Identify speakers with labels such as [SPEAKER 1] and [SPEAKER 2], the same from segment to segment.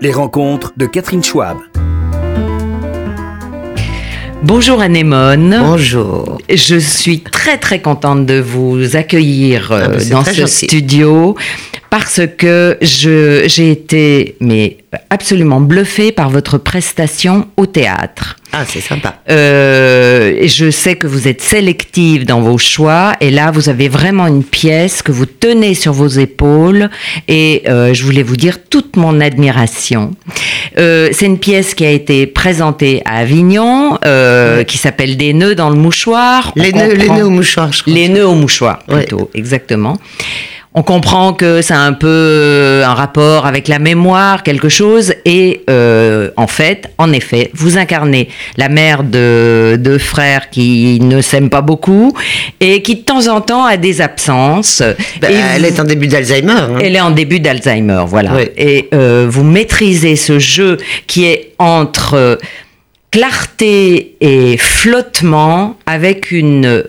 [SPEAKER 1] Les rencontres de Catherine Schwab.
[SPEAKER 2] Bonjour Anémone.
[SPEAKER 3] Bonjour.
[SPEAKER 2] Je suis très très contente de vous accueillir euh,
[SPEAKER 3] Ah ben, c'est
[SPEAKER 2] dans
[SPEAKER 3] très
[SPEAKER 2] ce
[SPEAKER 3] gentil.
[SPEAKER 2] studio parce que je- j'ai été mais absolument bluffée par votre prestation au théâtre.
[SPEAKER 3] Ah, c'est sympa.
[SPEAKER 2] Euh, et je sais que vous êtes sélective dans vos choix et là vous avez vraiment une pièce que vous tenez sur vos épaules et euh, je voulais vous dire toute mon admiration. Euh, c'est une pièce qui a été présentée à Avignon euh, qui s'appelle Des nœuds dans le mouchoir. On
[SPEAKER 3] Les nœuds, les
[SPEAKER 2] comprend-
[SPEAKER 3] nœuds au mouchoir, je crois.
[SPEAKER 2] les nœuds au mouchoir,
[SPEAKER 3] Ouais.
[SPEAKER 2] plutôt, exactement. On comprend que ça a un peu euh, un rapport avec la mémoire, quelque chose, et euh, en fait, en effet, vous incarnez la mère de deux frères qui ne s'aiment pas beaucoup et qui de temps en temps a des absences.
[SPEAKER 3] Bah,
[SPEAKER 2] Et
[SPEAKER 3] elle
[SPEAKER 2] vous-
[SPEAKER 3] est en début d'Alzheimer. hein.
[SPEAKER 2] elle est en début d'Alzheimer, voilà.
[SPEAKER 3] Oui.
[SPEAKER 2] Et euh, vous maîtrisez ce jeu qui est entre euh, clarté et flottement avec une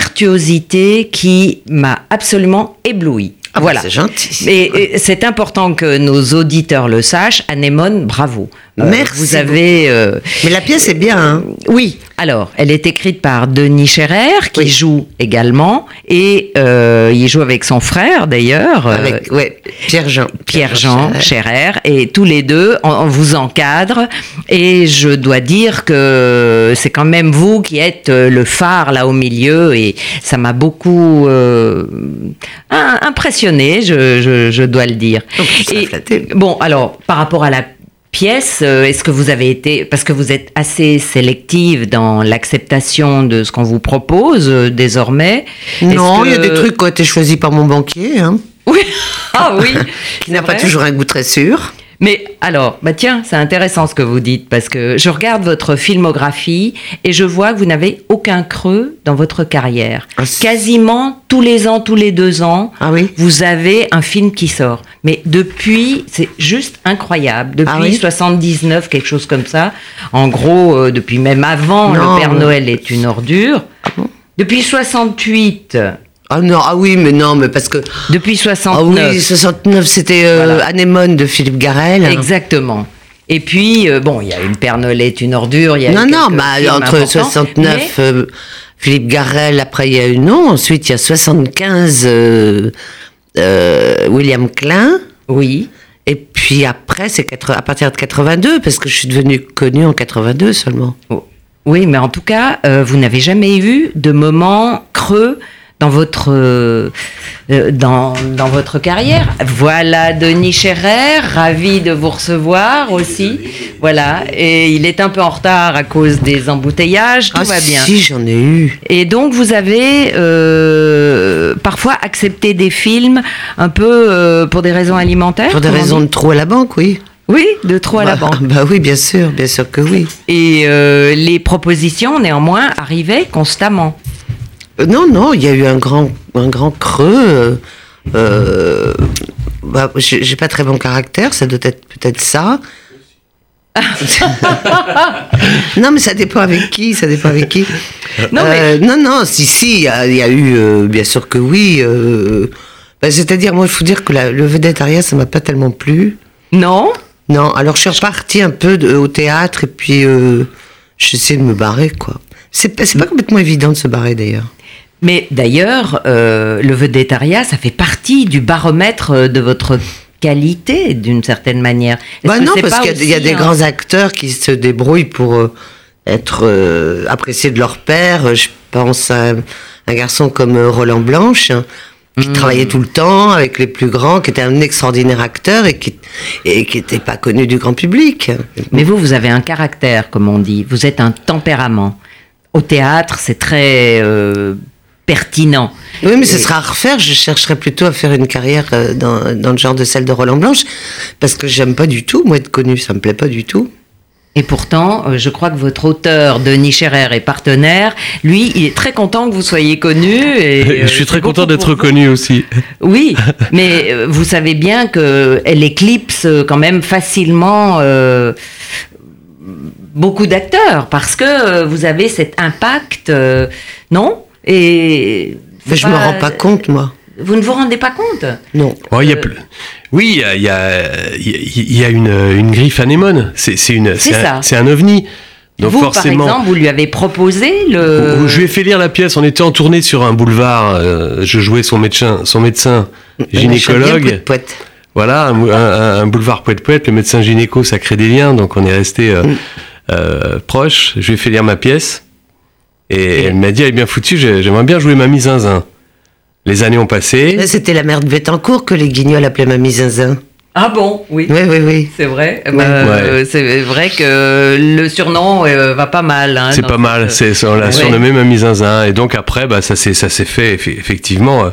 [SPEAKER 2] virtuosité qui m'a absolument ébloui.
[SPEAKER 3] Ah, bah,
[SPEAKER 2] voilà.
[SPEAKER 3] C'est gentil.
[SPEAKER 2] Et, et c'est important que nos auditeurs le sachent. Anémone, bravo. Euh,
[SPEAKER 3] Euh, Merci
[SPEAKER 2] Vous avez. euh,
[SPEAKER 3] Mais la pièce est bien. hein.
[SPEAKER 2] oui, alors, elle est écrite par Denis Scherer, qui
[SPEAKER 3] Oui.
[SPEAKER 2] joue également, et euh, il joue avec son frère d'ailleurs. euh,
[SPEAKER 3] Avec ouais, Pierre-Jean.
[SPEAKER 2] Pierre-Jean
[SPEAKER 3] Scherer.
[SPEAKER 2] Scherer et tous les deux on- on vous encadre et je dois dire que c'est quand même vous qui êtes euh, le phare là au milieu et ça m'a beaucoup euh, un- impressionné je, je- je dois le dire.
[SPEAKER 3] Donc, je serais
[SPEAKER 2] Et-
[SPEAKER 3] flattée.
[SPEAKER 2] bon alors par rapport à la pièce, euh, est-ce que vous avez été parce que vous êtes assez sélective dans l'acceptation de ce qu'on vous propose euh, désormais Est-ce
[SPEAKER 3] Non, il y a
[SPEAKER 2] que-
[SPEAKER 3] des trucs qui ont été choisis par mon banquier, hein,
[SPEAKER 2] Oui. Ah oui.
[SPEAKER 3] qui n'a
[SPEAKER 2] c'est
[SPEAKER 3] pas
[SPEAKER 2] vrai.
[SPEAKER 3] toujours un goût très sûr.
[SPEAKER 2] Mais alors, bah tiens, c'est intéressant ce que vous dites parce que je regarde votre filmographie et je vois que vous n'avez aucun creux dans votre carrière.
[SPEAKER 3] Ah, c'est-
[SPEAKER 2] Quasiment tous les ans, tous les deux ans,
[SPEAKER 3] Ah oui
[SPEAKER 2] vous avez un film qui sort. Mais depuis, c'est juste incroyable. Depuis
[SPEAKER 3] Ah oui
[SPEAKER 2] 79, quelque chose comme ça. En gros, euh, depuis même avant,
[SPEAKER 3] Non.
[SPEAKER 2] le Père Noël est une ordure. Depuis 68,
[SPEAKER 3] Ah non, ah oui, mais non, mais parce que.
[SPEAKER 2] depuis
[SPEAKER 3] Ah
[SPEAKER 2] 69.
[SPEAKER 3] oui, 69, c'était euh,
[SPEAKER 2] Voilà.
[SPEAKER 3] Anémone de Philippe Garel. hein.
[SPEAKER 2] Exactement. Et puis, euh, bon, il y a une pernolet, une ordure, il y a
[SPEAKER 3] Non,
[SPEAKER 2] eu
[SPEAKER 3] non,
[SPEAKER 2] quelques
[SPEAKER 3] bah,
[SPEAKER 2] films
[SPEAKER 3] entre
[SPEAKER 2] importants,
[SPEAKER 3] 69,
[SPEAKER 2] mais-
[SPEAKER 3] euh, Philippe Garrel, après il y a eu non, ensuite il y a 75, euh, euh, William Klein,
[SPEAKER 2] Oui,
[SPEAKER 3] et puis après c'est quatre- à partir de 82, parce que je suis devenue connue en 82 seulement.
[SPEAKER 2] oui, mais en tout cas, euh, vous n'avez jamais eu de moment creux dans votre, euh, euh, dans, dans votre carrière. Voilà Denis Scherer, ravi de vous recevoir aussi. Voilà, et il est un peu en retard à cause des embouteillages, tout
[SPEAKER 3] ah
[SPEAKER 2] va bien.
[SPEAKER 3] si, j'en ai eu.
[SPEAKER 2] Et donc vous avez euh, parfois accepté des films un peu euh, pour des raisons alimentaires
[SPEAKER 3] Pour des
[SPEAKER 2] comme on
[SPEAKER 3] raisons
[SPEAKER 2] dit
[SPEAKER 3] de trous à la banque, oui.
[SPEAKER 2] Oui, de trop à la
[SPEAKER 3] Bah,
[SPEAKER 2] banque.
[SPEAKER 3] Bah oui, bien sûr, bien sûr que oui.
[SPEAKER 2] Et euh, les propositions, néanmoins, arrivaient constamment.
[SPEAKER 3] Euh, Non, non, il y a eu un grand, un grand creux. euh, euh, bah, j'ai j'ai pas très bon caractère, ça doit être peut-être ça. non, mais ça dépend avec qui, ça dépend avec qui.
[SPEAKER 2] Non, mais-
[SPEAKER 3] Euh, non, non, si, si, il y, a il y a eu, euh, bien sûr que oui. euh, bah, C'est-à-dire, moi, il faut dire que la- le vedettariat, ça m'a pas tellement plu.
[SPEAKER 2] Non
[SPEAKER 3] Non, alors je suis repartie un peu de- au théâtre et puis euh, j'essaie de me barrer, quoi. C'est pas,
[SPEAKER 2] Mm.
[SPEAKER 3] c'est pas complètement évident de se barrer, d'ailleurs.
[SPEAKER 2] Mais d'ailleurs, euh, le vedettariat, ça fait partie du baromètre euh, de votre qualité, d'une certaine manière. Est-ce
[SPEAKER 3] Bah
[SPEAKER 2] que
[SPEAKER 3] non,
[SPEAKER 2] c'est
[SPEAKER 3] parce
[SPEAKER 2] pas
[SPEAKER 3] qu'il y a- il y, a
[SPEAKER 2] aussi hein
[SPEAKER 3] des
[SPEAKER 2] un-
[SPEAKER 3] grands acteurs qui se débrouillent pour euh, être euh, appréciés de leur père. Euh, Je pense à un garçon comme euh, Roland Blanche, hein,
[SPEAKER 2] Hmm.
[SPEAKER 3] qui travaillait tout le temps avec les plus grands, qui était un extraordinaire acteur et qui et qui n'était pas connu du grand public.
[SPEAKER 2] Mais vous, vous avez un caractère, comme on dit. Vous êtes un tempérament. Au théâtre, c'est très euh, pertinent.
[SPEAKER 3] Oui, mais ce sera à refaire. Je chercherai plutôt à faire une carrière euh, dans, dans le genre de celle de Roland Blanche, parce que j'aime pas du tout, moi, être connu. Ça me plaît pas du tout.
[SPEAKER 2] Et pourtant, euh, je crois que votre auteur, Denis Scherer, est partenaire. Lui, il est très content que vous soyez connu. Et,
[SPEAKER 4] je
[SPEAKER 2] euh,
[SPEAKER 4] suis
[SPEAKER 2] c'est
[SPEAKER 4] très
[SPEAKER 2] beaucoup
[SPEAKER 4] content d'être
[SPEAKER 2] pour vous.
[SPEAKER 4] reconnu aussi.
[SPEAKER 2] Oui, mais euh, vous savez bien que elle éclipse euh, quand même facilement euh, beaucoup d'acteurs parce que euh, vous avez cet impact, euh, non Et euh,
[SPEAKER 3] Mais je me rends pas compte, moi.
[SPEAKER 2] Vous ne vous rendez pas compte
[SPEAKER 3] Non.
[SPEAKER 4] Ouais,
[SPEAKER 2] Euh,
[SPEAKER 4] il y a plus- Oui, il y a, il y a- il y a une, une griffe anémone. C'est c'est une-
[SPEAKER 2] C'est
[SPEAKER 4] c'est
[SPEAKER 2] ça.
[SPEAKER 4] un, c'est un ovni. Donc
[SPEAKER 2] Vous,
[SPEAKER 4] forcément.
[SPEAKER 2] par exemple, euh, vous lui avez proposé le.
[SPEAKER 4] Je lui ai fait lire la pièce. On était en tournée sur un boulevard. euh, je jouais son médecin, son médecin
[SPEAKER 3] J'aime bien
[SPEAKER 4] gynécologue.
[SPEAKER 3] Poète Poète.
[SPEAKER 4] Voilà, un, mou- un- un boulevard poète poète. Le médecin gynéco, ça crée des liens. Donc on est resté
[SPEAKER 2] Mm.
[SPEAKER 4] euh, euh, proches. Je lui ai fait lire ma pièce. Et, elle m'a dit, elle est bien foutue. j'ai- J'aimerais bien jouer Mamie Zinzin. Les années ont passé.
[SPEAKER 3] Là, C'était la mère de Bettencourt que les guignols appelaient Mamie Zinzin.
[SPEAKER 2] Ah bon, oui.
[SPEAKER 3] Oui, oui, oui.
[SPEAKER 2] C'est vrai. Eh ben,
[SPEAKER 3] Ouais.
[SPEAKER 2] euh, C'est vrai que le surnom euh, va pas mal.
[SPEAKER 3] Ah
[SPEAKER 2] hein,
[SPEAKER 4] C'est
[SPEAKER 2] dans
[SPEAKER 4] pas
[SPEAKER 2] cette-
[SPEAKER 4] mal, c'est, on l'a
[SPEAKER 2] Ouais.
[SPEAKER 4] surnommé Mamie Zinzin. Et donc après, bah, ça, s'est, ça s'est fait effe- effectivement euh,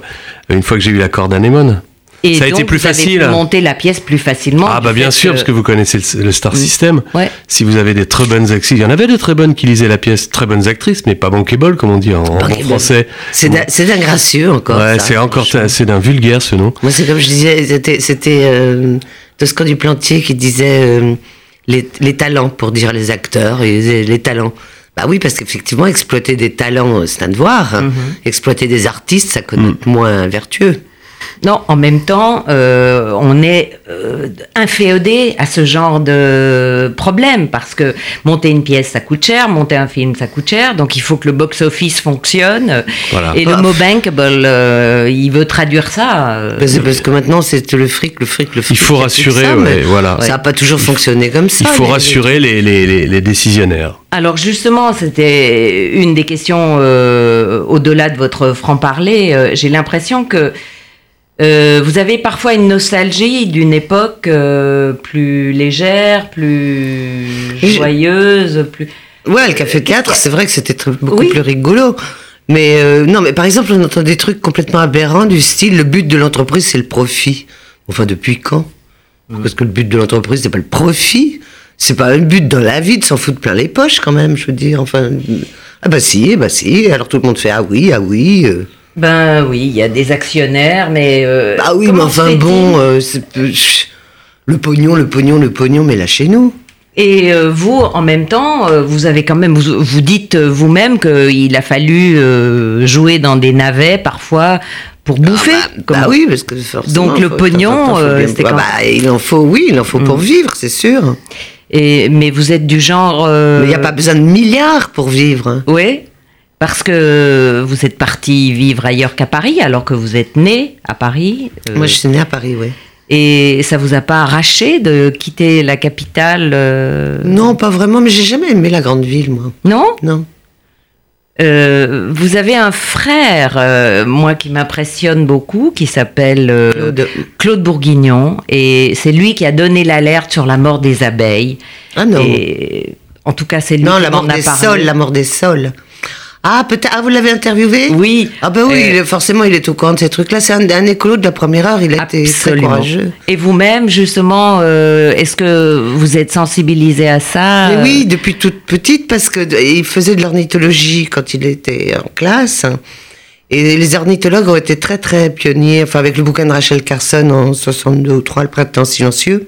[SPEAKER 4] une fois que j'ai eu la corde anémone.
[SPEAKER 2] Et
[SPEAKER 4] ça a
[SPEAKER 2] donc,
[SPEAKER 4] été plus
[SPEAKER 2] vous avez
[SPEAKER 4] facile.
[SPEAKER 2] pu monter la pièce plus
[SPEAKER 3] Oh,
[SPEAKER 2] facilement.
[SPEAKER 4] ah
[SPEAKER 2] du
[SPEAKER 4] bah
[SPEAKER 2] fait
[SPEAKER 4] bien sûr,
[SPEAKER 2] que-
[SPEAKER 4] parce que vous connaissez le, le
[SPEAKER 3] Mm.
[SPEAKER 4] Star System.
[SPEAKER 2] Ouais.
[SPEAKER 4] Si vous avez des très bonnes actrices, il y en avait de très bonnes qui lisaient la pièce, très bonnes actrices, mais pas bankable comme on dit en, en
[SPEAKER 3] Bankable.
[SPEAKER 4] français.
[SPEAKER 3] C'est d'un- c'est d'un gracieux encore.
[SPEAKER 4] ouais,
[SPEAKER 3] ça,
[SPEAKER 4] c'est encore
[SPEAKER 3] franchement.
[SPEAKER 4] c'est d'un vulgaire ce nom.
[SPEAKER 3] Moi, c'est comme je disais, c'était, c'était euh, Toscan du Plantier qui disait euh, les, les talents pour dire les acteurs, et les, les talents. Bah oui, parce qu'effectivement, exploiter des talents, euh, c'est un devoir. hein.
[SPEAKER 4] Mm-hmm.
[SPEAKER 3] Exploiter des artistes, ça
[SPEAKER 4] Mm.
[SPEAKER 3] connote moins vertueux.
[SPEAKER 4] Euh,
[SPEAKER 2] Non, en même temps, euh, on est euh, inféodé à ce genre de problème parce que monter une pièce ça coûte cher, monter un film ça coûte cher, donc il faut que le box-office fonctionne.
[SPEAKER 4] Voilà.
[SPEAKER 2] Et le
[SPEAKER 3] Ah.
[SPEAKER 2] mot bankable, euh, il veut traduire ça. euh,
[SPEAKER 3] Parce, parce que maintenant, c'est le fric, le fric, le fric.
[SPEAKER 4] faut
[SPEAKER 3] y a plus
[SPEAKER 4] rassurer,
[SPEAKER 3] que ça,
[SPEAKER 4] ouais,
[SPEAKER 3] mais
[SPEAKER 4] voilà.
[SPEAKER 3] Ça n'a pas toujours fonctionné comme ça.
[SPEAKER 4] Il faut
[SPEAKER 3] mais-
[SPEAKER 4] rassurer les, les, les, les décisionnaires.
[SPEAKER 2] Alors justement, c'était une des questions euh, au-delà de votre franc-parler. Euh, J'ai l'impression que euh, vous avez parfois une nostalgie d'une époque euh, plus légère, plus
[SPEAKER 3] Je-
[SPEAKER 2] joyeuse, plus...
[SPEAKER 3] Ouais, le Café 4, c'est vrai que c'était très- beaucoup
[SPEAKER 2] Oui.
[SPEAKER 3] plus rigolo. Mais euh, non, mais par exemple, on entend des trucs complètement aberrants du style le but de l'entreprise, c'est le profit. Enfin, depuis quand Parce que le but de l'entreprise, c'est pas le profit. C'est pas un but dans la vie de s'en foutre plein les poches, quand même, je veux dire. Enfin, ah bah si, ah bah si. Alors tout le monde fait ah oui, ah oui. euh.
[SPEAKER 2] Ben oui, il y a des actionnaires, mais... euh,
[SPEAKER 3] ah oui,
[SPEAKER 2] comment
[SPEAKER 3] mais enfin
[SPEAKER 2] c'est
[SPEAKER 3] bon,
[SPEAKER 2] dit
[SPEAKER 3] euh, c'est- euh, chut. le pognon, le pognon, le pognon, mais lâchez-nous.
[SPEAKER 2] Et euh, vous, en même temps, euh, vous avez quand même... Vous, vous dites euh, vous-même qu'il a fallu euh, jouer dans des navets parfois pour bouffer. comme-
[SPEAKER 3] Bah oui, parce que forcément.
[SPEAKER 2] Donc, le
[SPEAKER 3] faut-
[SPEAKER 2] pognon,
[SPEAKER 3] faut bien-
[SPEAKER 2] euh, c'était
[SPEAKER 3] bah,
[SPEAKER 2] quand- Mm.
[SPEAKER 3] bah, il en faut, oui, il en faut pour vivre, c'est sûr.
[SPEAKER 2] Et, mais vous êtes du genre. euh,
[SPEAKER 3] Mais il n'y a pas besoin de milliards pour vivre. hein.
[SPEAKER 2] Oui. Parce que vous êtes parti vivre ailleurs qu'à Paris, alors que vous êtes né à Paris. euh,
[SPEAKER 3] Moi, je suis née à Paris, oui.
[SPEAKER 2] Et ça vous a pas arraché de quitter la capitale euh,
[SPEAKER 3] Non, pas vraiment, mais j'ai jamais aimé la grande ville, moi.
[SPEAKER 2] Non
[SPEAKER 3] Non.
[SPEAKER 2] Euh, Vous avez un frère, euh, moi qui m'impressionne beaucoup, qui s'appelle euh,
[SPEAKER 3] Claude.
[SPEAKER 2] Claude Bourguignon. Et c'est lui qui a donné l'alerte sur la mort des abeilles.
[SPEAKER 3] Ah non.
[SPEAKER 2] Et, en tout cas, c'est lui
[SPEAKER 3] Non,
[SPEAKER 2] qui
[SPEAKER 3] la
[SPEAKER 2] m'en
[SPEAKER 3] mort
[SPEAKER 2] a
[SPEAKER 3] des
[SPEAKER 2] parlé.
[SPEAKER 3] sols, la mort des sols. Ah, peut-être. Ah, vous l'avez interviewé
[SPEAKER 2] Oui.
[SPEAKER 3] Ah, bah oui,
[SPEAKER 2] Euh,
[SPEAKER 3] il est- forcément, il est au courant de ces trucs-là. C'est un, un écolo de la première heure, il a été très
[SPEAKER 2] Absolument.
[SPEAKER 3] courageux.
[SPEAKER 2] Et vous-même, justement, euh, est-ce que vous êtes sensibilisé à ça
[SPEAKER 3] Mais oui, depuis toute petite, parce que de- il faisait de l'ornithologie quand il était en classe. Et les ornithologues ont été très très pionniers, enfin avec le bouquin de Rachel Carson en 62 ou 3, Le printemps silencieux.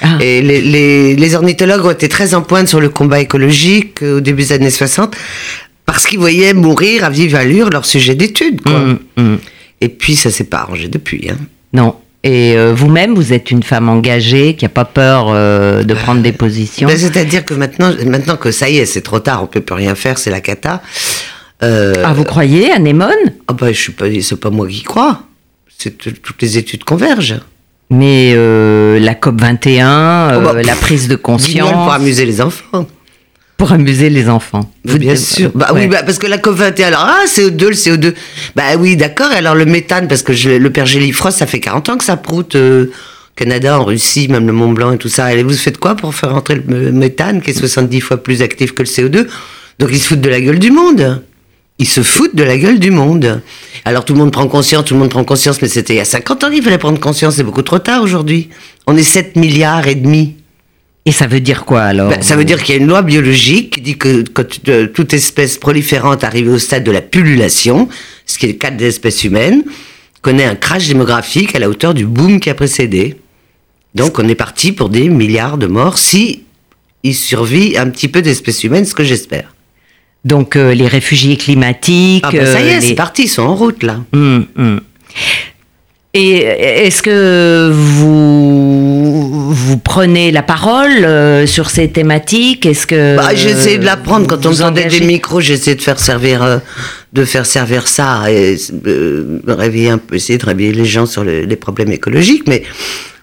[SPEAKER 2] Ah.
[SPEAKER 3] Et les, les- les ornithologues ont été très en pointe sur le combat écologique euh, au début des années 60, parce qu'ils voyaient mourir à vive allure leur sujet d'étude. quoi.
[SPEAKER 2] Mm, mm.
[SPEAKER 3] Et puis ça s'est pas arrangé depuis. hein.
[SPEAKER 2] Non. Et euh, vous-même, vous êtes une femme engagée qui n'a pas peur euh,
[SPEAKER 3] Bah,
[SPEAKER 2] de prendre des positions.
[SPEAKER 3] Ben, C'est-à-dire que maintenant, maintenant que ça y est, c'est trop tard, on peut plus rien faire, c'est la cata. Euh,
[SPEAKER 2] Ah, vous croyez, Anémone
[SPEAKER 3] Ah bah je suis pas, c'est pas moi qui crois. C'est tout- toutes les études convergent.
[SPEAKER 2] Mais euh, la COP 21,
[SPEAKER 3] Oh bah,
[SPEAKER 2] euh, la
[SPEAKER 3] pff,
[SPEAKER 2] prise de conscience
[SPEAKER 3] Guignol pour amuser les enfants.
[SPEAKER 2] pour amuser les enfants. Vous-
[SPEAKER 3] Bien sûr. Bah
[SPEAKER 2] Ouais.
[SPEAKER 3] oui, bah, parce que la COP21, alors, ah, CO2, le CO2. Bah oui, d'accord. Et alors le méthane, parce que je- le père Gélifrost, ça fait 40 ans que ça proute euh, au Canada, en Russie, même le Mont Blanc et tout ça. Et vous faites quoi pour faire rentrer le méthane, qui est 70 fois plus actif que le CO2 Donc ils se foutent de la gueule du monde. Ils se foutent de la gueule du monde. Alors tout le monde prend conscience, tout le monde prend conscience, mais c'était il y a 50 ans qu'il fallait prendre conscience, c'est beaucoup trop tard aujourd'hui. On est 7 milliards et demi.
[SPEAKER 2] Et ça veut dire quoi alors
[SPEAKER 3] Ben, ça veut dire qu'il y a une loi biologique qui dit que quand euh, toute espèce proliférante arrivée au stade de la pullulation, ce qui est le cas des espèces humaines, connaît un crash démographique à la hauteur du boom qui a précédé. Donc on est parti pour des milliards de morts si il survit un petit peu d'espèces humaines, ce que j'espère.
[SPEAKER 2] Donc euh, les réfugiés climatiques.
[SPEAKER 3] Ah ben, ça y
[SPEAKER 2] euh,
[SPEAKER 3] est,
[SPEAKER 2] les-
[SPEAKER 3] c'est parti, ils sont en route là.
[SPEAKER 2] Hum, hum. Et est-ce que vous, vous prenez la parole euh, sur ces thématiques Est-ce que
[SPEAKER 3] Bah, j'essayais de l'apprendre quand on
[SPEAKER 2] Euh, vous
[SPEAKER 3] entendait
[SPEAKER 2] engagez-
[SPEAKER 3] des micros, j'essayais de faire servir, euh, de faire servir ça et euh, réveiller un peu, essayer de réveiller les gens sur le- les problèmes écologiques. Mais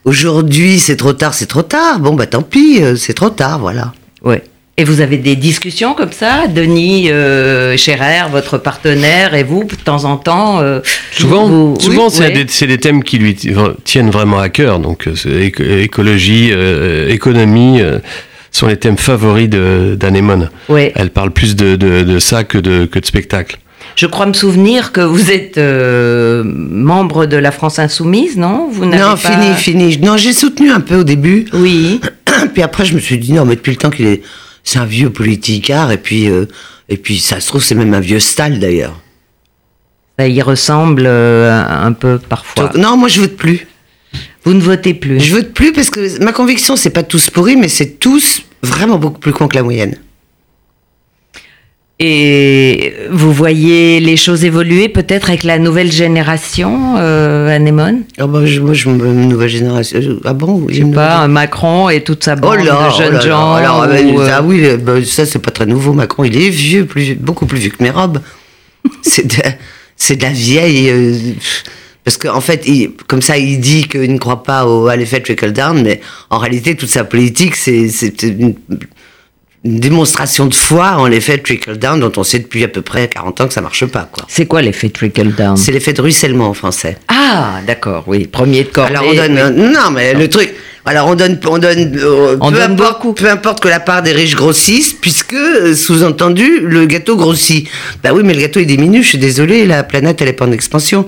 [SPEAKER 3] aujourd'hui, c'est trop tard, c'est trop tard. Bon, bah tant pis, euh, c'est trop tard, voilà.
[SPEAKER 2] Ouais. Et vous avez des discussions comme ça, Denis euh, Scherer, votre partenaire, et vous, de temps en temps euh,
[SPEAKER 4] Souvent,
[SPEAKER 2] vous-
[SPEAKER 4] souvent
[SPEAKER 2] oui,
[SPEAKER 4] c'est
[SPEAKER 2] ouais.
[SPEAKER 4] des, c'est des thèmes qui lui ti- tiennent vraiment à cœur. Donc, euh, c'est éco- écologie, euh, économie euh, sont les thèmes favoris de- d'Anémone.
[SPEAKER 2] Ouais.
[SPEAKER 4] Elle parle plus de, de- de ça que de, que de spectacle.
[SPEAKER 2] Je crois me souvenir que vous êtes euh, membre de la France Insoumise, non Vous n'avez
[SPEAKER 3] Non,
[SPEAKER 2] pas-
[SPEAKER 3] fini, fini. Non, j'ai soutenu un peu au début.
[SPEAKER 2] Oui.
[SPEAKER 3] Puis après, je me suis dit non, mais depuis le temps qu'il est, c'est un vieux politicard. Et puis, euh, et puis, ça se trouve, c'est même un vieux stal d'ailleurs.
[SPEAKER 2] Ça y ressemble euh, un peu parfois.
[SPEAKER 3] Donc, non, moi, je vote plus.
[SPEAKER 2] Vous ne votez plus.
[SPEAKER 3] Je vote plus parce que ma conviction, c'est pas tous pourris, mais c'est tous vraiment beaucoup plus cons que la moyenne.
[SPEAKER 2] Et vous voyez les choses évoluer peut-être avec la nouvelle génération, euh, Anémone
[SPEAKER 3] Ah bah, je- moi, je me une nouvelle génération. je- Ah bon oui,
[SPEAKER 2] Je sais
[SPEAKER 3] une
[SPEAKER 2] pas,
[SPEAKER 3] nouvelle-
[SPEAKER 2] un Macron et toute sa
[SPEAKER 3] Oh
[SPEAKER 2] bande
[SPEAKER 3] là,
[SPEAKER 2] de
[SPEAKER 3] oh là
[SPEAKER 2] jeunes
[SPEAKER 3] là,
[SPEAKER 2] gens.
[SPEAKER 3] alors, ah bah,
[SPEAKER 2] ou, euh,
[SPEAKER 3] ah oui, euh, bah, ça c'est pas très nouveau. Macron, il est vieux, plus, vieux- beaucoup plus vieux que mes robes. c'est de, c'est de la vieille. euh, parce qu'en en fait, il- comme ça, il dit qu'il ne croit pas au à l'effet trickle down, mais en réalité, toute sa politique, c'est c'est une, une démonstration de foi en l'effet trickle down, dont on sait depuis à peu près 40 ans que ça marche pas. Quoi.
[SPEAKER 2] C'est quoi l'effet trickle down
[SPEAKER 3] C'est l'effet de ruissellement en français.
[SPEAKER 2] Ah, d'accord, oui. Premier de corps.
[SPEAKER 3] Alors on donne hein. non mais le truc alors on donne on donne euh,
[SPEAKER 2] On
[SPEAKER 3] peu
[SPEAKER 2] donne
[SPEAKER 3] importe
[SPEAKER 2] beaucoup.
[SPEAKER 3] peu importe que la part des riches grossisse puisque euh, sous-entendu le gâteau grossit. Bah oui mais le gâteau il diminue je suis désolé la planète elle est pas en expansion.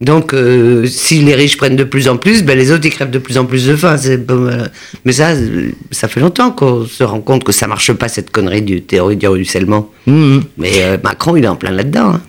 [SPEAKER 3] Donc euh, si les riches prennent de plus en plus ben les autres ils crèvent de plus en plus de faim c'est pas mal. mais ça euh, ça fait longtemps qu'on se rend compte que ça marche pas cette connerie du théorie du ruissellement. Mais euh, Macron il est en plein là-dedans. hein.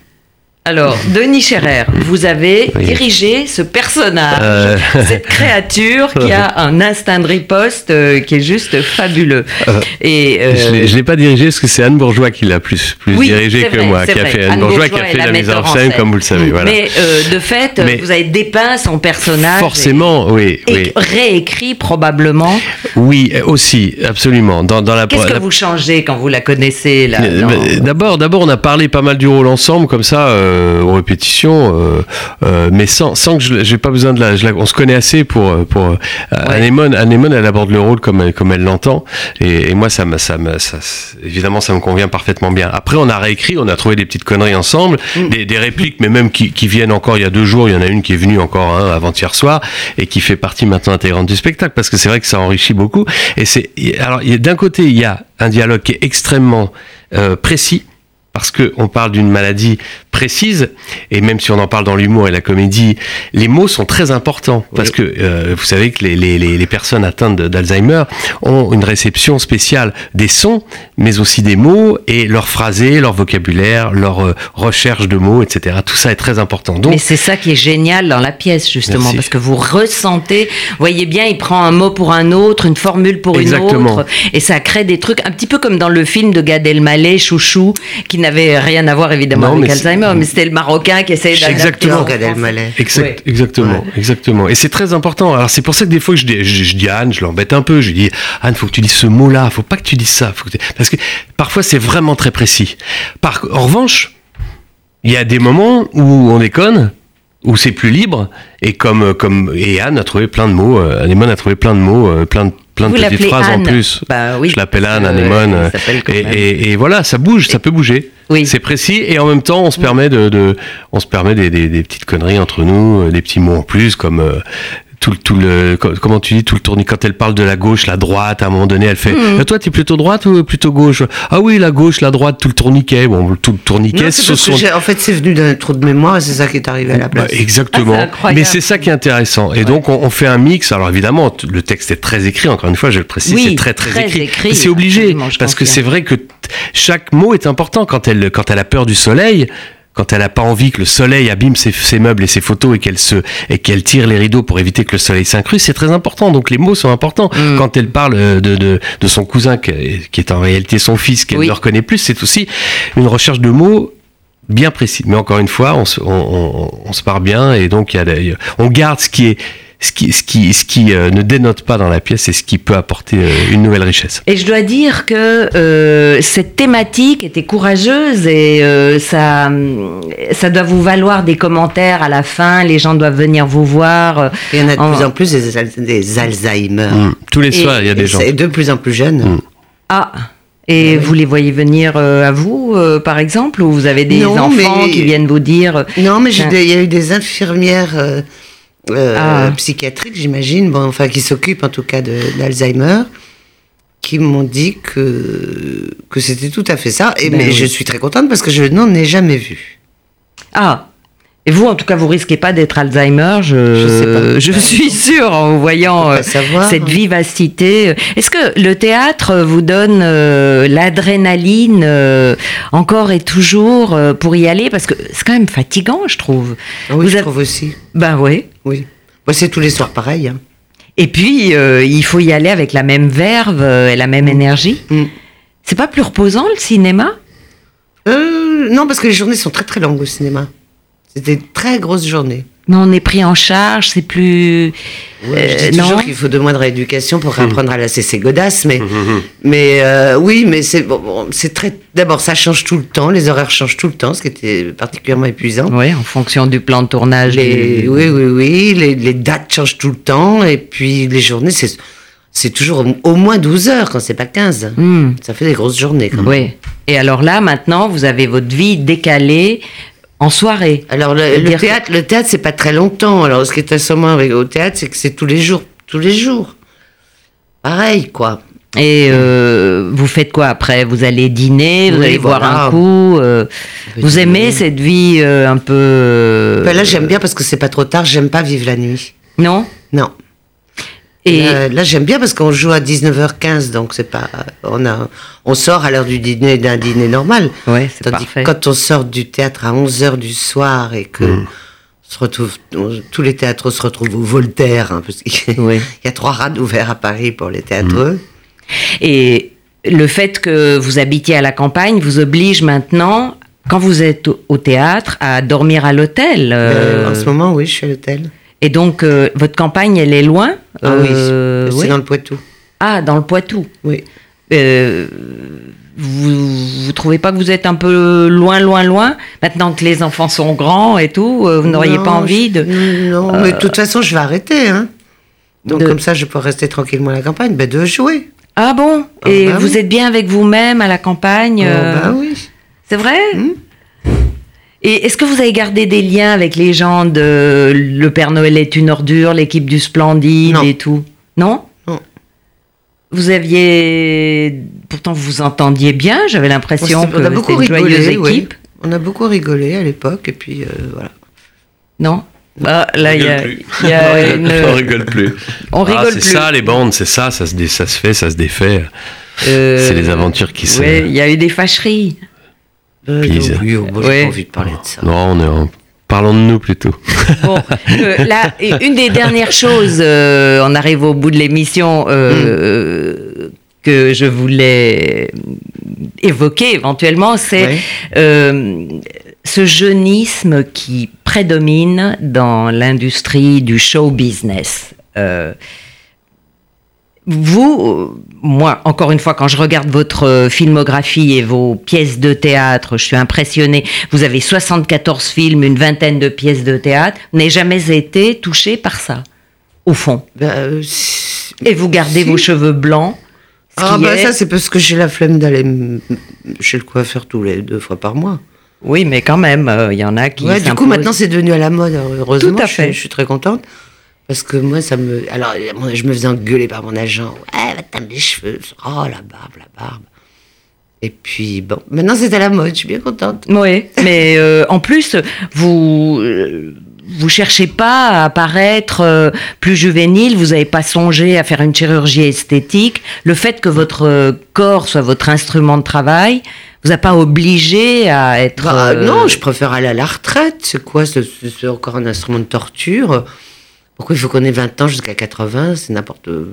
[SPEAKER 2] Mm, Alors, Denis Scherer, vous avez
[SPEAKER 4] Oui.
[SPEAKER 2] dirigé ce personnage,
[SPEAKER 4] Euh.
[SPEAKER 2] cette créature qui a un instinct de riposte euh, qui est juste fabuleux.
[SPEAKER 4] Euh,
[SPEAKER 2] Et euh,
[SPEAKER 4] Je l'ai- je l'ai pas dirigé parce que c'est Anne Bourgeois qui l'a plus, plus
[SPEAKER 2] oui,
[SPEAKER 4] dirigé
[SPEAKER 2] c'est
[SPEAKER 4] que
[SPEAKER 2] vrai,
[SPEAKER 4] moi,
[SPEAKER 2] c'est
[SPEAKER 4] qui a
[SPEAKER 2] vrai.
[SPEAKER 4] fait Anne Bourgeois, qui a
[SPEAKER 2] est
[SPEAKER 4] fait
[SPEAKER 2] la
[SPEAKER 4] la mise en
[SPEAKER 2] metteur
[SPEAKER 4] scène, comme vous le savez. Voilà.
[SPEAKER 2] Mais euh, de fait, euh,
[SPEAKER 4] Mais-
[SPEAKER 2] vous avez dépeint son personnage.
[SPEAKER 4] Forcément, oui,
[SPEAKER 2] et-
[SPEAKER 4] oui,
[SPEAKER 2] et réécrit probablement.
[SPEAKER 4] oui, euh, aussi, absolument. Dans, dans la,
[SPEAKER 2] Qu'est-ce que
[SPEAKER 4] la-
[SPEAKER 2] vous changez quand vous la connaissez là
[SPEAKER 4] Euh,
[SPEAKER 2] dans-
[SPEAKER 4] mais D'abord, d'abord, on a parlé pas mal du rôle ensemble, comme ça, euh, aux répétitions, euh, euh, mais sans, sans que je- j'ai pas besoin de la, je la- on se connaît assez pour, euh, pour euh, Anémone, Anémone, elle aborde le rôle comme, elle- comme elle l'entend, et, et moi, ça, me- ça, me- ça, évidemment, ça me convient parfaitement bien. Après, on a réécrit, on a trouvé des petites conneries ensemble, des, des répliques, mais même qui, qui viennent encore il y a deux jours, il y en a une qui est venue encore hein, avant-hier soir, et qui fait partie maintenant intégrante du spectacle, parce que c'est vrai que ça enrichit beaucoup, et c'est, alors, il y a- d'un côté, il y a un dialogue qui est extrêmement euh, précis. Parce qu'on parle d'une maladie précise, et même si on en parle dans l'humour et la comédie, les mots sont très importants. Parce que euh, vous savez que les, les- les- les personnes atteintes de- d'Alzheimer ont une réception spéciale des sons, mais aussi des mots, et leur phrasé, leur vocabulaire, leur euh, recherche de mots, etc. Tout ça est très important. Donc,
[SPEAKER 2] Mais c'est ça qui est génial dans la pièce, justement,
[SPEAKER 4] Merci.
[SPEAKER 2] parce que vous ressentez, voyez bien, il prend un mot pour un autre, une formule pour
[SPEAKER 4] Exactement.
[SPEAKER 2] une autre, et ça crée des trucs, un petit peu comme dans le film de Gad Elmaleh, Chouchou, qui n'avait rien à voir évidemment
[SPEAKER 4] Non,
[SPEAKER 2] avec
[SPEAKER 4] mais c'est-
[SPEAKER 2] Alzheimer, mais c'était le Marocain qui essayait
[SPEAKER 4] C'est
[SPEAKER 2] d'adapter.
[SPEAKER 4] exactement.
[SPEAKER 2] en
[SPEAKER 3] Gad
[SPEAKER 2] français.
[SPEAKER 3] Elmaleh.
[SPEAKER 4] Exact-
[SPEAKER 2] Ouais.
[SPEAKER 4] Exactement, exactement. Et c'est très important. Alors c'est pour ça que des fois je dis, je, je dis à Anne, je l'embête un peu. Je lui dis Anne, faut que tu dises ce mot-là. Faut pas que tu dises ça. Faut que tu- Parce que parfois c'est vraiment très précis. Par... En revanche, il y a des moments où on déconne, où c'est plus libre. Et comme comme et Anne a trouvé plein de mots. euh, Anémone a trouvé plein de mots, euh, plein de plein
[SPEAKER 2] Vous
[SPEAKER 4] de petites
[SPEAKER 2] l'appelez
[SPEAKER 4] phrases en
[SPEAKER 2] Anne.
[SPEAKER 4] plus.
[SPEAKER 2] Bah oui,
[SPEAKER 4] je l'appelle
[SPEAKER 2] parce
[SPEAKER 4] Anne,
[SPEAKER 2] que,
[SPEAKER 4] Anémone.
[SPEAKER 2] euh,
[SPEAKER 4] euh,
[SPEAKER 2] elle s'appelle quand
[SPEAKER 4] et,
[SPEAKER 2] même.
[SPEAKER 4] et- et voilà, ça bouge, ça peut bouger.
[SPEAKER 2] Oui.
[SPEAKER 4] C'est précis et en même temps, on se permet de, de- on se permet des, des- des petites conneries entre nous, euh, des petits mots en plus comme. euh, tout, le- tout le co- comment tu dis tout le tournis quand elle parle de la gauche la droite à un moment donné elle fait Euh, toi t'es plutôt droite ou plutôt gauche ah oui la gauche la droite tout le tourniquet bon tout le tourniquet
[SPEAKER 3] Non, c'est
[SPEAKER 4] ce
[SPEAKER 3] parce que
[SPEAKER 4] sont
[SPEAKER 3] j'ai- en fait, c'est venu d'un trou de mémoire et c'est ça qui est arrivé à la place.
[SPEAKER 4] bah, exactement.
[SPEAKER 2] Ah, c'est incroyable.
[SPEAKER 4] Mais c'est ça qui est intéressant. Et donc, on, on fait un mix. Alors, évidemment, t- le texte est très écrit. Encore une fois, je le précise,
[SPEAKER 2] Oui,
[SPEAKER 4] c'est très, très,
[SPEAKER 2] très
[SPEAKER 4] écrit.
[SPEAKER 2] écrit,
[SPEAKER 4] Mais c'est obligé.
[SPEAKER 2] absolument, je
[SPEAKER 4] Parce que
[SPEAKER 2] confirme.
[SPEAKER 4] c'est vrai que t- chaque mot est important quand elle, quand elle a peur du soleil. Quand elle n'a pas envie que le soleil abîme ses, ses meubles et ses photos et qu'elle se et qu'elle tire les rideaux pour éviter que le soleil s'incruste, c'est très important. Donc les mots sont importants.
[SPEAKER 2] Mm.
[SPEAKER 4] Quand elle parle euh, de, de, de son cousin qui est qui est en réalité son fils, qu'elle
[SPEAKER 2] Oui.
[SPEAKER 4] ne reconnaît plus, c'est aussi une recherche de mots bien précis. Mais encore une fois, on se, on, on- on se part bien et donc il y a la- il y a- on garde ce qui est ce qui, ce qui, ce qui euh, ne dénote pas dans la pièce et ce qui peut apporter euh, une nouvelle richesse.
[SPEAKER 2] Et je dois dire que euh, cette thématique était courageuse et euh, ça, hum, ça doit vous valoir des commentaires à la fin. Les gens doivent venir vous voir. euh,
[SPEAKER 3] Il y en a de plus en plus des, al- des Alzheimer.
[SPEAKER 4] Mm. Tous les
[SPEAKER 2] Et-
[SPEAKER 4] soirs, il y a des gens. Hmm.
[SPEAKER 3] C'est de plus en plus jeunes.
[SPEAKER 2] Ah et vous les voyez venir euh, à vous, euh, par exemple, ou vous avez des
[SPEAKER 3] Non,
[SPEAKER 2] enfants
[SPEAKER 3] mais-
[SPEAKER 2] qui viennent vous dire euh,
[SPEAKER 3] Non, mais j'ai
[SPEAKER 2] Tiens.
[SPEAKER 3] des- il y a eu des infirmières euh, euh,
[SPEAKER 2] Ah.
[SPEAKER 3] psychiatriques, j'imagine, bon, enfin qui s'occupent en tout cas de- d'Alzheimer, qui m'ont dit que, que c'était tout à fait ça. Et
[SPEAKER 2] Ben
[SPEAKER 3] mais
[SPEAKER 2] oui.
[SPEAKER 3] je suis très contente parce que je n'en ai jamais vu.
[SPEAKER 2] Ah et vous, en tout cas, vous risquez pas d'être Alzheimer, je, euh,
[SPEAKER 3] Je sais pas.
[SPEAKER 2] je suis sûre en voyant
[SPEAKER 3] Faut pas
[SPEAKER 2] euh,
[SPEAKER 3] savoir,
[SPEAKER 2] cette
[SPEAKER 3] hein.
[SPEAKER 2] vivacité. Est-ce que le théâtre vous donne euh, l'adrénaline euh, encore et toujours euh, pour y aller Parce que c'est quand même fatigant, je trouve.
[SPEAKER 3] Ah oui,
[SPEAKER 2] Vous
[SPEAKER 3] je
[SPEAKER 2] avez-
[SPEAKER 3] trouve aussi.
[SPEAKER 2] Ben oui.
[SPEAKER 3] Oui. Moi, c'est tous les soirs pareil. hein.
[SPEAKER 2] Et puis, euh, il faut y aller avec la même verve euh, et la même énergie.
[SPEAKER 3] Mm.
[SPEAKER 2] C'est pas plus reposant le cinéma
[SPEAKER 3] Euh, non, parce que les journées sont très très longues au cinéma. C'était une très grosse journée.
[SPEAKER 2] Mais on est pris en charge, c'est plus.
[SPEAKER 3] Ouais, je
[SPEAKER 2] Euh,
[SPEAKER 3] dis toujours
[SPEAKER 2] non.
[SPEAKER 3] qu'il faut de moindre éducation pour apprendre à la cesser godasse, mais, mais euh, oui, mais c'est bon, bon, c'est très. D'abord, ça change tout le temps, les horaires changent tout le temps, ce qui était particulièrement épuisant.
[SPEAKER 2] Oui, en fonction du plan de tournage.
[SPEAKER 3] Les,
[SPEAKER 2] du-
[SPEAKER 3] oui, oui, oui, les, les dates changent tout le temps, et puis les journées, c'est c'est toujours au, au moins 12 heures quand c'est pas 15.
[SPEAKER 2] Hmm.
[SPEAKER 3] Ça fait des grosses journées quand même.
[SPEAKER 2] Oui. Et alors là, maintenant, vous avez votre vie décalée en soirée.
[SPEAKER 3] Alors le, le
[SPEAKER 2] C'est-à-dire que-
[SPEAKER 3] théâtre, le théâtre, c'est pas très longtemps. Alors ce qui est assommant avec au théâtre, c'est que c'est tous les jours, tous les jours. Pareil, quoi.
[SPEAKER 2] Et euh, vous faites quoi après Vous allez dîner, vous
[SPEAKER 3] Oui,
[SPEAKER 2] allez boire
[SPEAKER 3] voilà.
[SPEAKER 2] un coup. euh, vous
[SPEAKER 3] dîner.
[SPEAKER 2] aimez cette vie euh, un peu euh,
[SPEAKER 3] Ben là, j'aime bien parce que c'est pas trop tard. J'aime pas vivre la nuit.
[SPEAKER 2] non
[SPEAKER 3] Non.
[SPEAKER 2] Et
[SPEAKER 3] Là, là, j'aime bien parce qu'on joue à 19h15, donc c'est pas. On, a, on sort à l'heure du dîner d'un dîner normal.
[SPEAKER 2] Ouais, c'est
[SPEAKER 3] Tandis
[SPEAKER 2] parfait.
[SPEAKER 3] que quand on sort du théâtre à 11h du soir et que on se retrouve, on- tous les théâtres se retrouvent au Voltaire, hein, parce qu'il y a-
[SPEAKER 2] Oui.
[SPEAKER 3] il y a trois rades ouverts à Paris pour les théâtreux.
[SPEAKER 2] et le fait que vous habitiez à la campagne vous oblige maintenant, quand vous êtes au, au théâtre, à dormir à l'hôtel.
[SPEAKER 3] Euh,
[SPEAKER 2] euh,
[SPEAKER 3] en ce moment, oui, je suis à l'hôtel.
[SPEAKER 2] et donc euh, votre campagne, elle est loin.
[SPEAKER 3] Ah
[SPEAKER 2] euh,
[SPEAKER 3] oui, c'est
[SPEAKER 2] oui.
[SPEAKER 3] dans le Poitou.
[SPEAKER 2] Ah, dans le Poitou.
[SPEAKER 3] Oui.
[SPEAKER 2] Euh, vous, vous trouvez pas que vous êtes un peu loin, loin, loin Maintenant que les enfants sont grands et tout, euh, vous n'auriez
[SPEAKER 3] Non,
[SPEAKER 2] pas envie de. Euh,
[SPEAKER 3] je- Non, mais de toute façon, je vais arrêter. Hein. Donc,
[SPEAKER 2] de-
[SPEAKER 3] comme ça, je peux rester tranquillement à la campagne. Ben, de jouer.
[SPEAKER 2] Ah bon
[SPEAKER 3] Ah
[SPEAKER 2] Et
[SPEAKER 3] bah
[SPEAKER 2] vous
[SPEAKER 3] oui.
[SPEAKER 2] êtes bien avec vous-même à la campagne
[SPEAKER 3] Oh,
[SPEAKER 2] euh,
[SPEAKER 3] ben oui.
[SPEAKER 2] C'est vrai
[SPEAKER 3] Hmm.
[SPEAKER 2] Et est-ce que vous avez gardé des liens avec les gens de Le Père Noël est une ordure, l'équipe du Splendide
[SPEAKER 3] Non.
[SPEAKER 2] et tout Non
[SPEAKER 3] Non.
[SPEAKER 2] Vous aviez. Pourtant, vous vous entendiez bien, j'avais
[SPEAKER 3] On,
[SPEAKER 2] l'impression
[SPEAKER 3] s'est-
[SPEAKER 2] que
[SPEAKER 3] on a
[SPEAKER 2] c'était
[SPEAKER 3] beaucoup
[SPEAKER 2] une joyeuse
[SPEAKER 3] rigolé.
[SPEAKER 2] équipe.
[SPEAKER 3] oui. On a beaucoup rigolé à l'époque. Et puis, euh, voilà.
[SPEAKER 2] Non Ah, Là, il y a, il y a une-
[SPEAKER 4] On Euh, rigole plus.
[SPEAKER 2] On rigole
[SPEAKER 4] Ah, c'est
[SPEAKER 2] plus.
[SPEAKER 4] ça les bandes, c'est ça, ça se, dé- ça se fait, ça se défait.
[SPEAKER 2] Euh,
[SPEAKER 4] c'est les aventures qui se.
[SPEAKER 2] ouais, il y a eu des fâcheries.
[SPEAKER 3] Euh,
[SPEAKER 4] Puis,
[SPEAKER 3] non, oui, oh, moi, j'ai
[SPEAKER 2] ouais.
[SPEAKER 3] pas envie de parler de ça.
[SPEAKER 4] Non, on est en- parlons de nous plutôt.
[SPEAKER 2] Bon, euh, là, et une des dernières choses, euh, on arrive au bout de l'émission,
[SPEAKER 3] Hmm.
[SPEAKER 2] euh, que je voulais évoquer éventuellement, c'est
[SPEAKER 3] Ouais.
[SPEAKER 2] euh, ce jeunisme qui prédomine dans l'industrie du show business. Euh, vous, euh, moi, encore une fois, quand je regarde votre euh, filmographie et vos pièces de théâtre, je suis impressionnée. Vous avez 74 films, une vingtaine de pièces de théâtre. Vous n'avez jamais été touché par ça, au fond.
[SPEAKER 3] Ben, euh, si-
[SPEAKER 2] Et vous gardez
[SPEAKER 3] si.
[SPEAKER 2] vos cheveux blancs. ce
[SPEAKER 3] Ah,
[SPEAKER 2] qui
[SPEAKER 3] ben
[SPEAKER 2] est-
[SPEAKER 3] ça, c'est parce que j'ai la flemme d'aller m- chez le coiffeur tous les deux fois par mois.
[SPEAKER 2] Oui, mais quand même, euh, il y en a qui.
[SPEAKER 3] Ouais, du coup,
[SPEAKER 2] s'imposent.
[SPEAKER 3] maintenant, c'est devenu à la mode, euh, heureusement.
[SPEAKER 2] Tout à
[SPEAKER 3] je,
[SPEAKER 2] fait.
[SPEAKER 3] suis- je suis très contente. Parce que moi, ça me. Alors, moi, je me faisais engueuler par mon agent. Ouais, va te teindre les cheveux. Oh, la barbe, la barbe. Et puis, bon, maintenant, c'est à la mode. Je suis bien contente.
[SPEAKER 2] Oui, mais euh, en plus, vous euh, vous cherchez pas à paraître euh, plus juvénile, vous n'avez pas songé à faire une chirurgie esthétique. Le fait que votre euh, corps soit votre instrument de travail vous a pas obligé à être.
[SPEAKER 3] Bah,
[SPEAKER 2] euh,
[SPEAKER 3] Non, je préfère aller à la retraite. C'est quoi ce- ce- C'est encore un instrument de torture. Pourquoi il faut qu'on ait 20 ans jusqu'à 80 C'est n'importe. euh,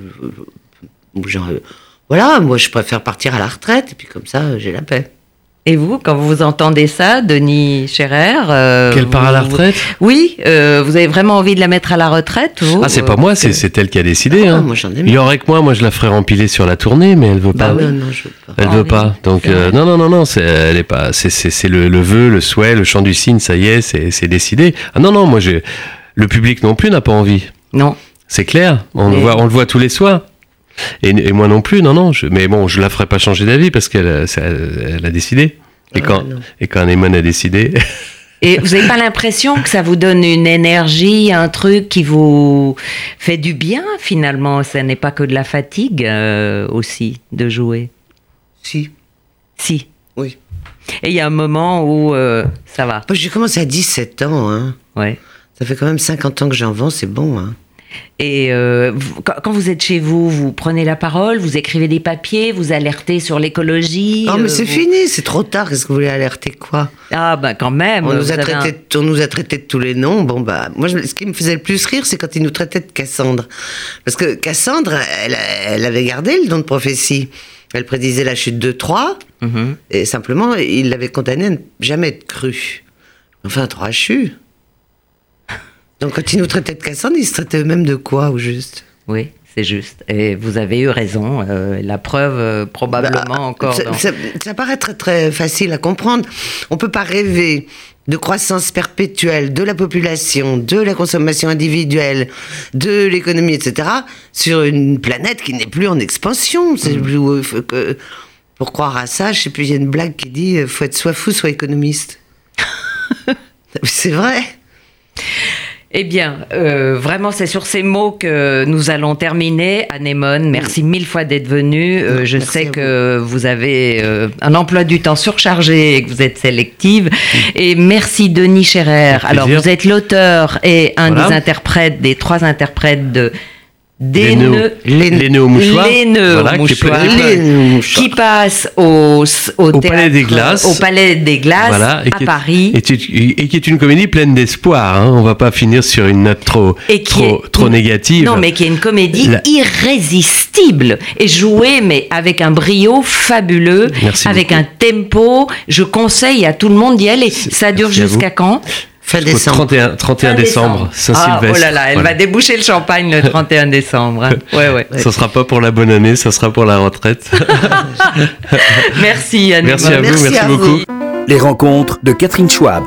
[SPEAKER 3] Genre. euh, Voilà, moi, je préfère partir à la retraite. Et puis, comme ça, j'ai la paix.
[SPEAKER 2] Et vous, quand vous entendez ça, Denis Scherer euh,
[SPEAKER 4] Qu'elle part à la
[SPEAKER 2] vous-
[SPEAKER 4] retraite
[SPEAKER 2] Oui, euh, vous avez vraiment envie de la mettre à la retraite vous
[SPEAKER 4] Ah, c'est pas moi, c'est c'est elle qui a
[SPEAKER 2] Eh
[SPEAKER 4] décidé.
[SPEAKER 3] Ah,
[SPEAKER 4] hein.
[SPEAKER 3] moi, j'en ai
[SPEAKER 4] Il y
[SPEAKER 3] marre.
[SPEAKER 4] aurait que moi, moi je la ferais empiler sur la tournée, mais elle veut
[SPEAKER 2] Bah
[SPEAKER 4] pas.
[SPEAKER 2] oui.
[SPEAKER 3] Non, non, je veux pas.
[SPEAKER 4] Elle
[SPEAKER 2] Ah
[SPEAKER 4] veut
[SPEAKER 2] oui,
[SPEAKER 4] pas. Donc
[SPEAKER 2] c'est
[SPEAKER 4] euh,
[SPEAKER 2] vrai.
[SPEAKER 4] non, non, non, non, c'est, elle est pas. C'est, c'est, c'est le, le vœu, le souhait, le chant du signe, ça y est, c'est, c'est décidé. Ah non, non, moi j'ai. Le public non plus n'a pas envie.
[SPEAKER 2] Non.
[SPEAKER 4] C'est clair. On le
[SPEAKER 2] Mais-
[SPEAKER 4] voit, on le voit tous les soirs. Et, et moi non plus, non, non. je- mais bon, je la ferai pas changer d'avis parce qu'elle, euh, ça- elle a décidé. Et
[SPEAKER 3] Ah,
[SPEAKER 4] quand,
[SPEAKER 3] non.
[SPEAKER 4] et quand Neyman a décidé,
[SPEAKER 2] Et vous n'avez pas l'impression que ça vous donne une énergie, un truc qui vous fait du bien finalement Ça n'est pas que de la fatigue euh, aussi de jouer.
[SPEAKER 3] Si,
[SPEAKER 2] Si.
[SPEAKER 3] oui.
[SPEAKER 2] Et il y a un moment où euh, ça va.
[SPEAKER 3] Bah, J'ai commencé à 17 ans. hein.
[SPEAKER 2] Ouais.
[SPEAKER 3] Ça fait quand même 50 ans que j'en vends, c'est bon. hein.
[SPEAKER 2] Et euh, vous- quand, quand vous êtes chez vous, vous prenez la parole, vous écrivez des papiers, vous alertez sur l'écologie.
[SPEAKER 3] Oh,
[SPEAKER 2] euh,
[SPEAKER 3] mais c'est
[SPEAKER 2] vous-
[SPEAKER 3] fini, c'est trop tard. Qu'est-ce que vous voulez alerter quoi
[SPEAKER 2] Ah ben quand même.
[SPEAKER 3] on nous,
[SPEAKER 2] vous
[SPEAKER 3] a
[SPEAKER 2] avez un-
[SPEAKER 3] traité, de- on nous a traité de tous les noms. Bon, bah, moi, je- ce qui me faisait le plus rire, c'est quand ils nous traitaient de Cassandre. Parce que Cassandre, elle, elle avait gardé le don de prophétie. Elle prédisait la chute de Troie.
[SPEAKER 2] Mhm.
[SPEAKER 3] Et simplement, il l'avait condamné à ne jamais être cru. Enfin, Troie a chu. Donc, quand ils nous traitaient de Cassandre, ils se traitaient eux-mêmes de quoi, au juste
[SPEAKER 2] Oui, c'est juste. Et vous avez eu raison. euh, la preuve, euh, probablement
[SPEAKER 3] Bah,
[SPEAKER 2] encore.
[SPEAKER 3] Ça,
[SPEAKER 2] dans-
[SPEAKER 3] ça- ça paraît très très facile à comprendre. On peut pas rêver de croissance perpétuelle de la population, de la consommation individuelle, de l'économie, etc. sur une planète qui n'est plus en expansion. C'est ou, euh, faut que- pour croire à ça, je sais plus, il y a une blague qui dit euh, faut être soit fou, soit économiste. C'est vrai.
[SPEAKER 2] Eh bien, euh, vraiment, c'est sur ces mots que nous allons terminer. Anémone, merci mille fois d'être venu. Euh, je
[SPEAKER 3] merci
[SPEAKER 2] sais
[SPEAKER 3] à
[SPEAKER 2] que vous avez euh, un emploi du temps surchargé et que vous êtes sélective. Et merci Denis Scherer.
[SPEAKER 4] Mm. Avec
[SPEAKER 2] Alors,
[SPEAKER 4] plaisir.
[SPEAKER 2] vous êtes l'auteur et un
[SPEAKER 4] Voilà.
[SPEAKER 2] des interprètes, des trois interprètes de Des
[SPEAKER 4] les
[SPEAKER 2] nœuds.
[SPEAKER 4] nœuds, les nœuds au mouchoir,
[SPEAKER 2] Les nœuds
[SPEAKER 4] Voilà,
[SPEAKER 2] au
[SPEAKER 4] qui est
[SPEAKER 2] mouchoir.
[SPEAKER 4] présenté par-
[SPEAKER 2] qui passe au, au,
[SPEAKER 4] Au
[SPEAKER 2] théâtre-
[SPEAKER 4] Palais des Glaces.
[SPEAKER 2] au Palais des Glaces
[SPEAKER 4] Voilà,
[SPEAKER 2] à
[SPEAKER 4] qui est-
[SPEAKER 2] Paris.
[SPEAKER 4] Et, qui- et qui est une comédie pleine d'espoir. Hein. On va pas finir sur une note trop,
[SPEAKER 2] Et qui
[SPEAKER 4] trop,
[SPEAKER 2] est-
[SPEAKER 4] trop négative.
[SPEAKER 2] Non, mais qui est une comédie
[SPEAKER 4] La-
[SPEAKER 2] irrésistible et jouée, mais avec un brio fabuleux,
[SPEAKER 4] Merci
[SPEAKER 2] avec
[SPEAKER 4] beaucoup.
[SPEAKER 2] un tempo. Je conseille à tout le monde d'y aller. Ça dure
[SPEAKER 4] merci à vous.
[SPEAKER 2] jusqu'à quand
[SPEAKER 3] Fin
[SPEAKER 4] Au
[SPEAKER 3] décembre.
[SPEAKER 4] 31, 31
[SPEAKER 2] Fin
[SPEAKER 4] décembre,
[SPEAKER 2] Ah,
[SPEAKER 4] Saint-Sylvestre.
[SPEAKER 2] oh là là, elle
[SPEAKER 4] Voilà.
[SPEAKER 2] va déboucher le champagne le 31 décembre. hein. Ouais, ouais.
[SPEAKER 4] Ça sera pas pour la bonne année, ça sera pour la retraite.
[SPEAKER 2] Merci, Anne.
[SPEAKER 4] merci à vous,
[SPEAKER 3] Merci
[SPEAKER 4] merci
[SPEAKER 3] à
[SPEAKER 4] beaucoup.
[SPEAKER 3] vous.
[SPEAKER 1] Les rencontres de Catherine Schwab.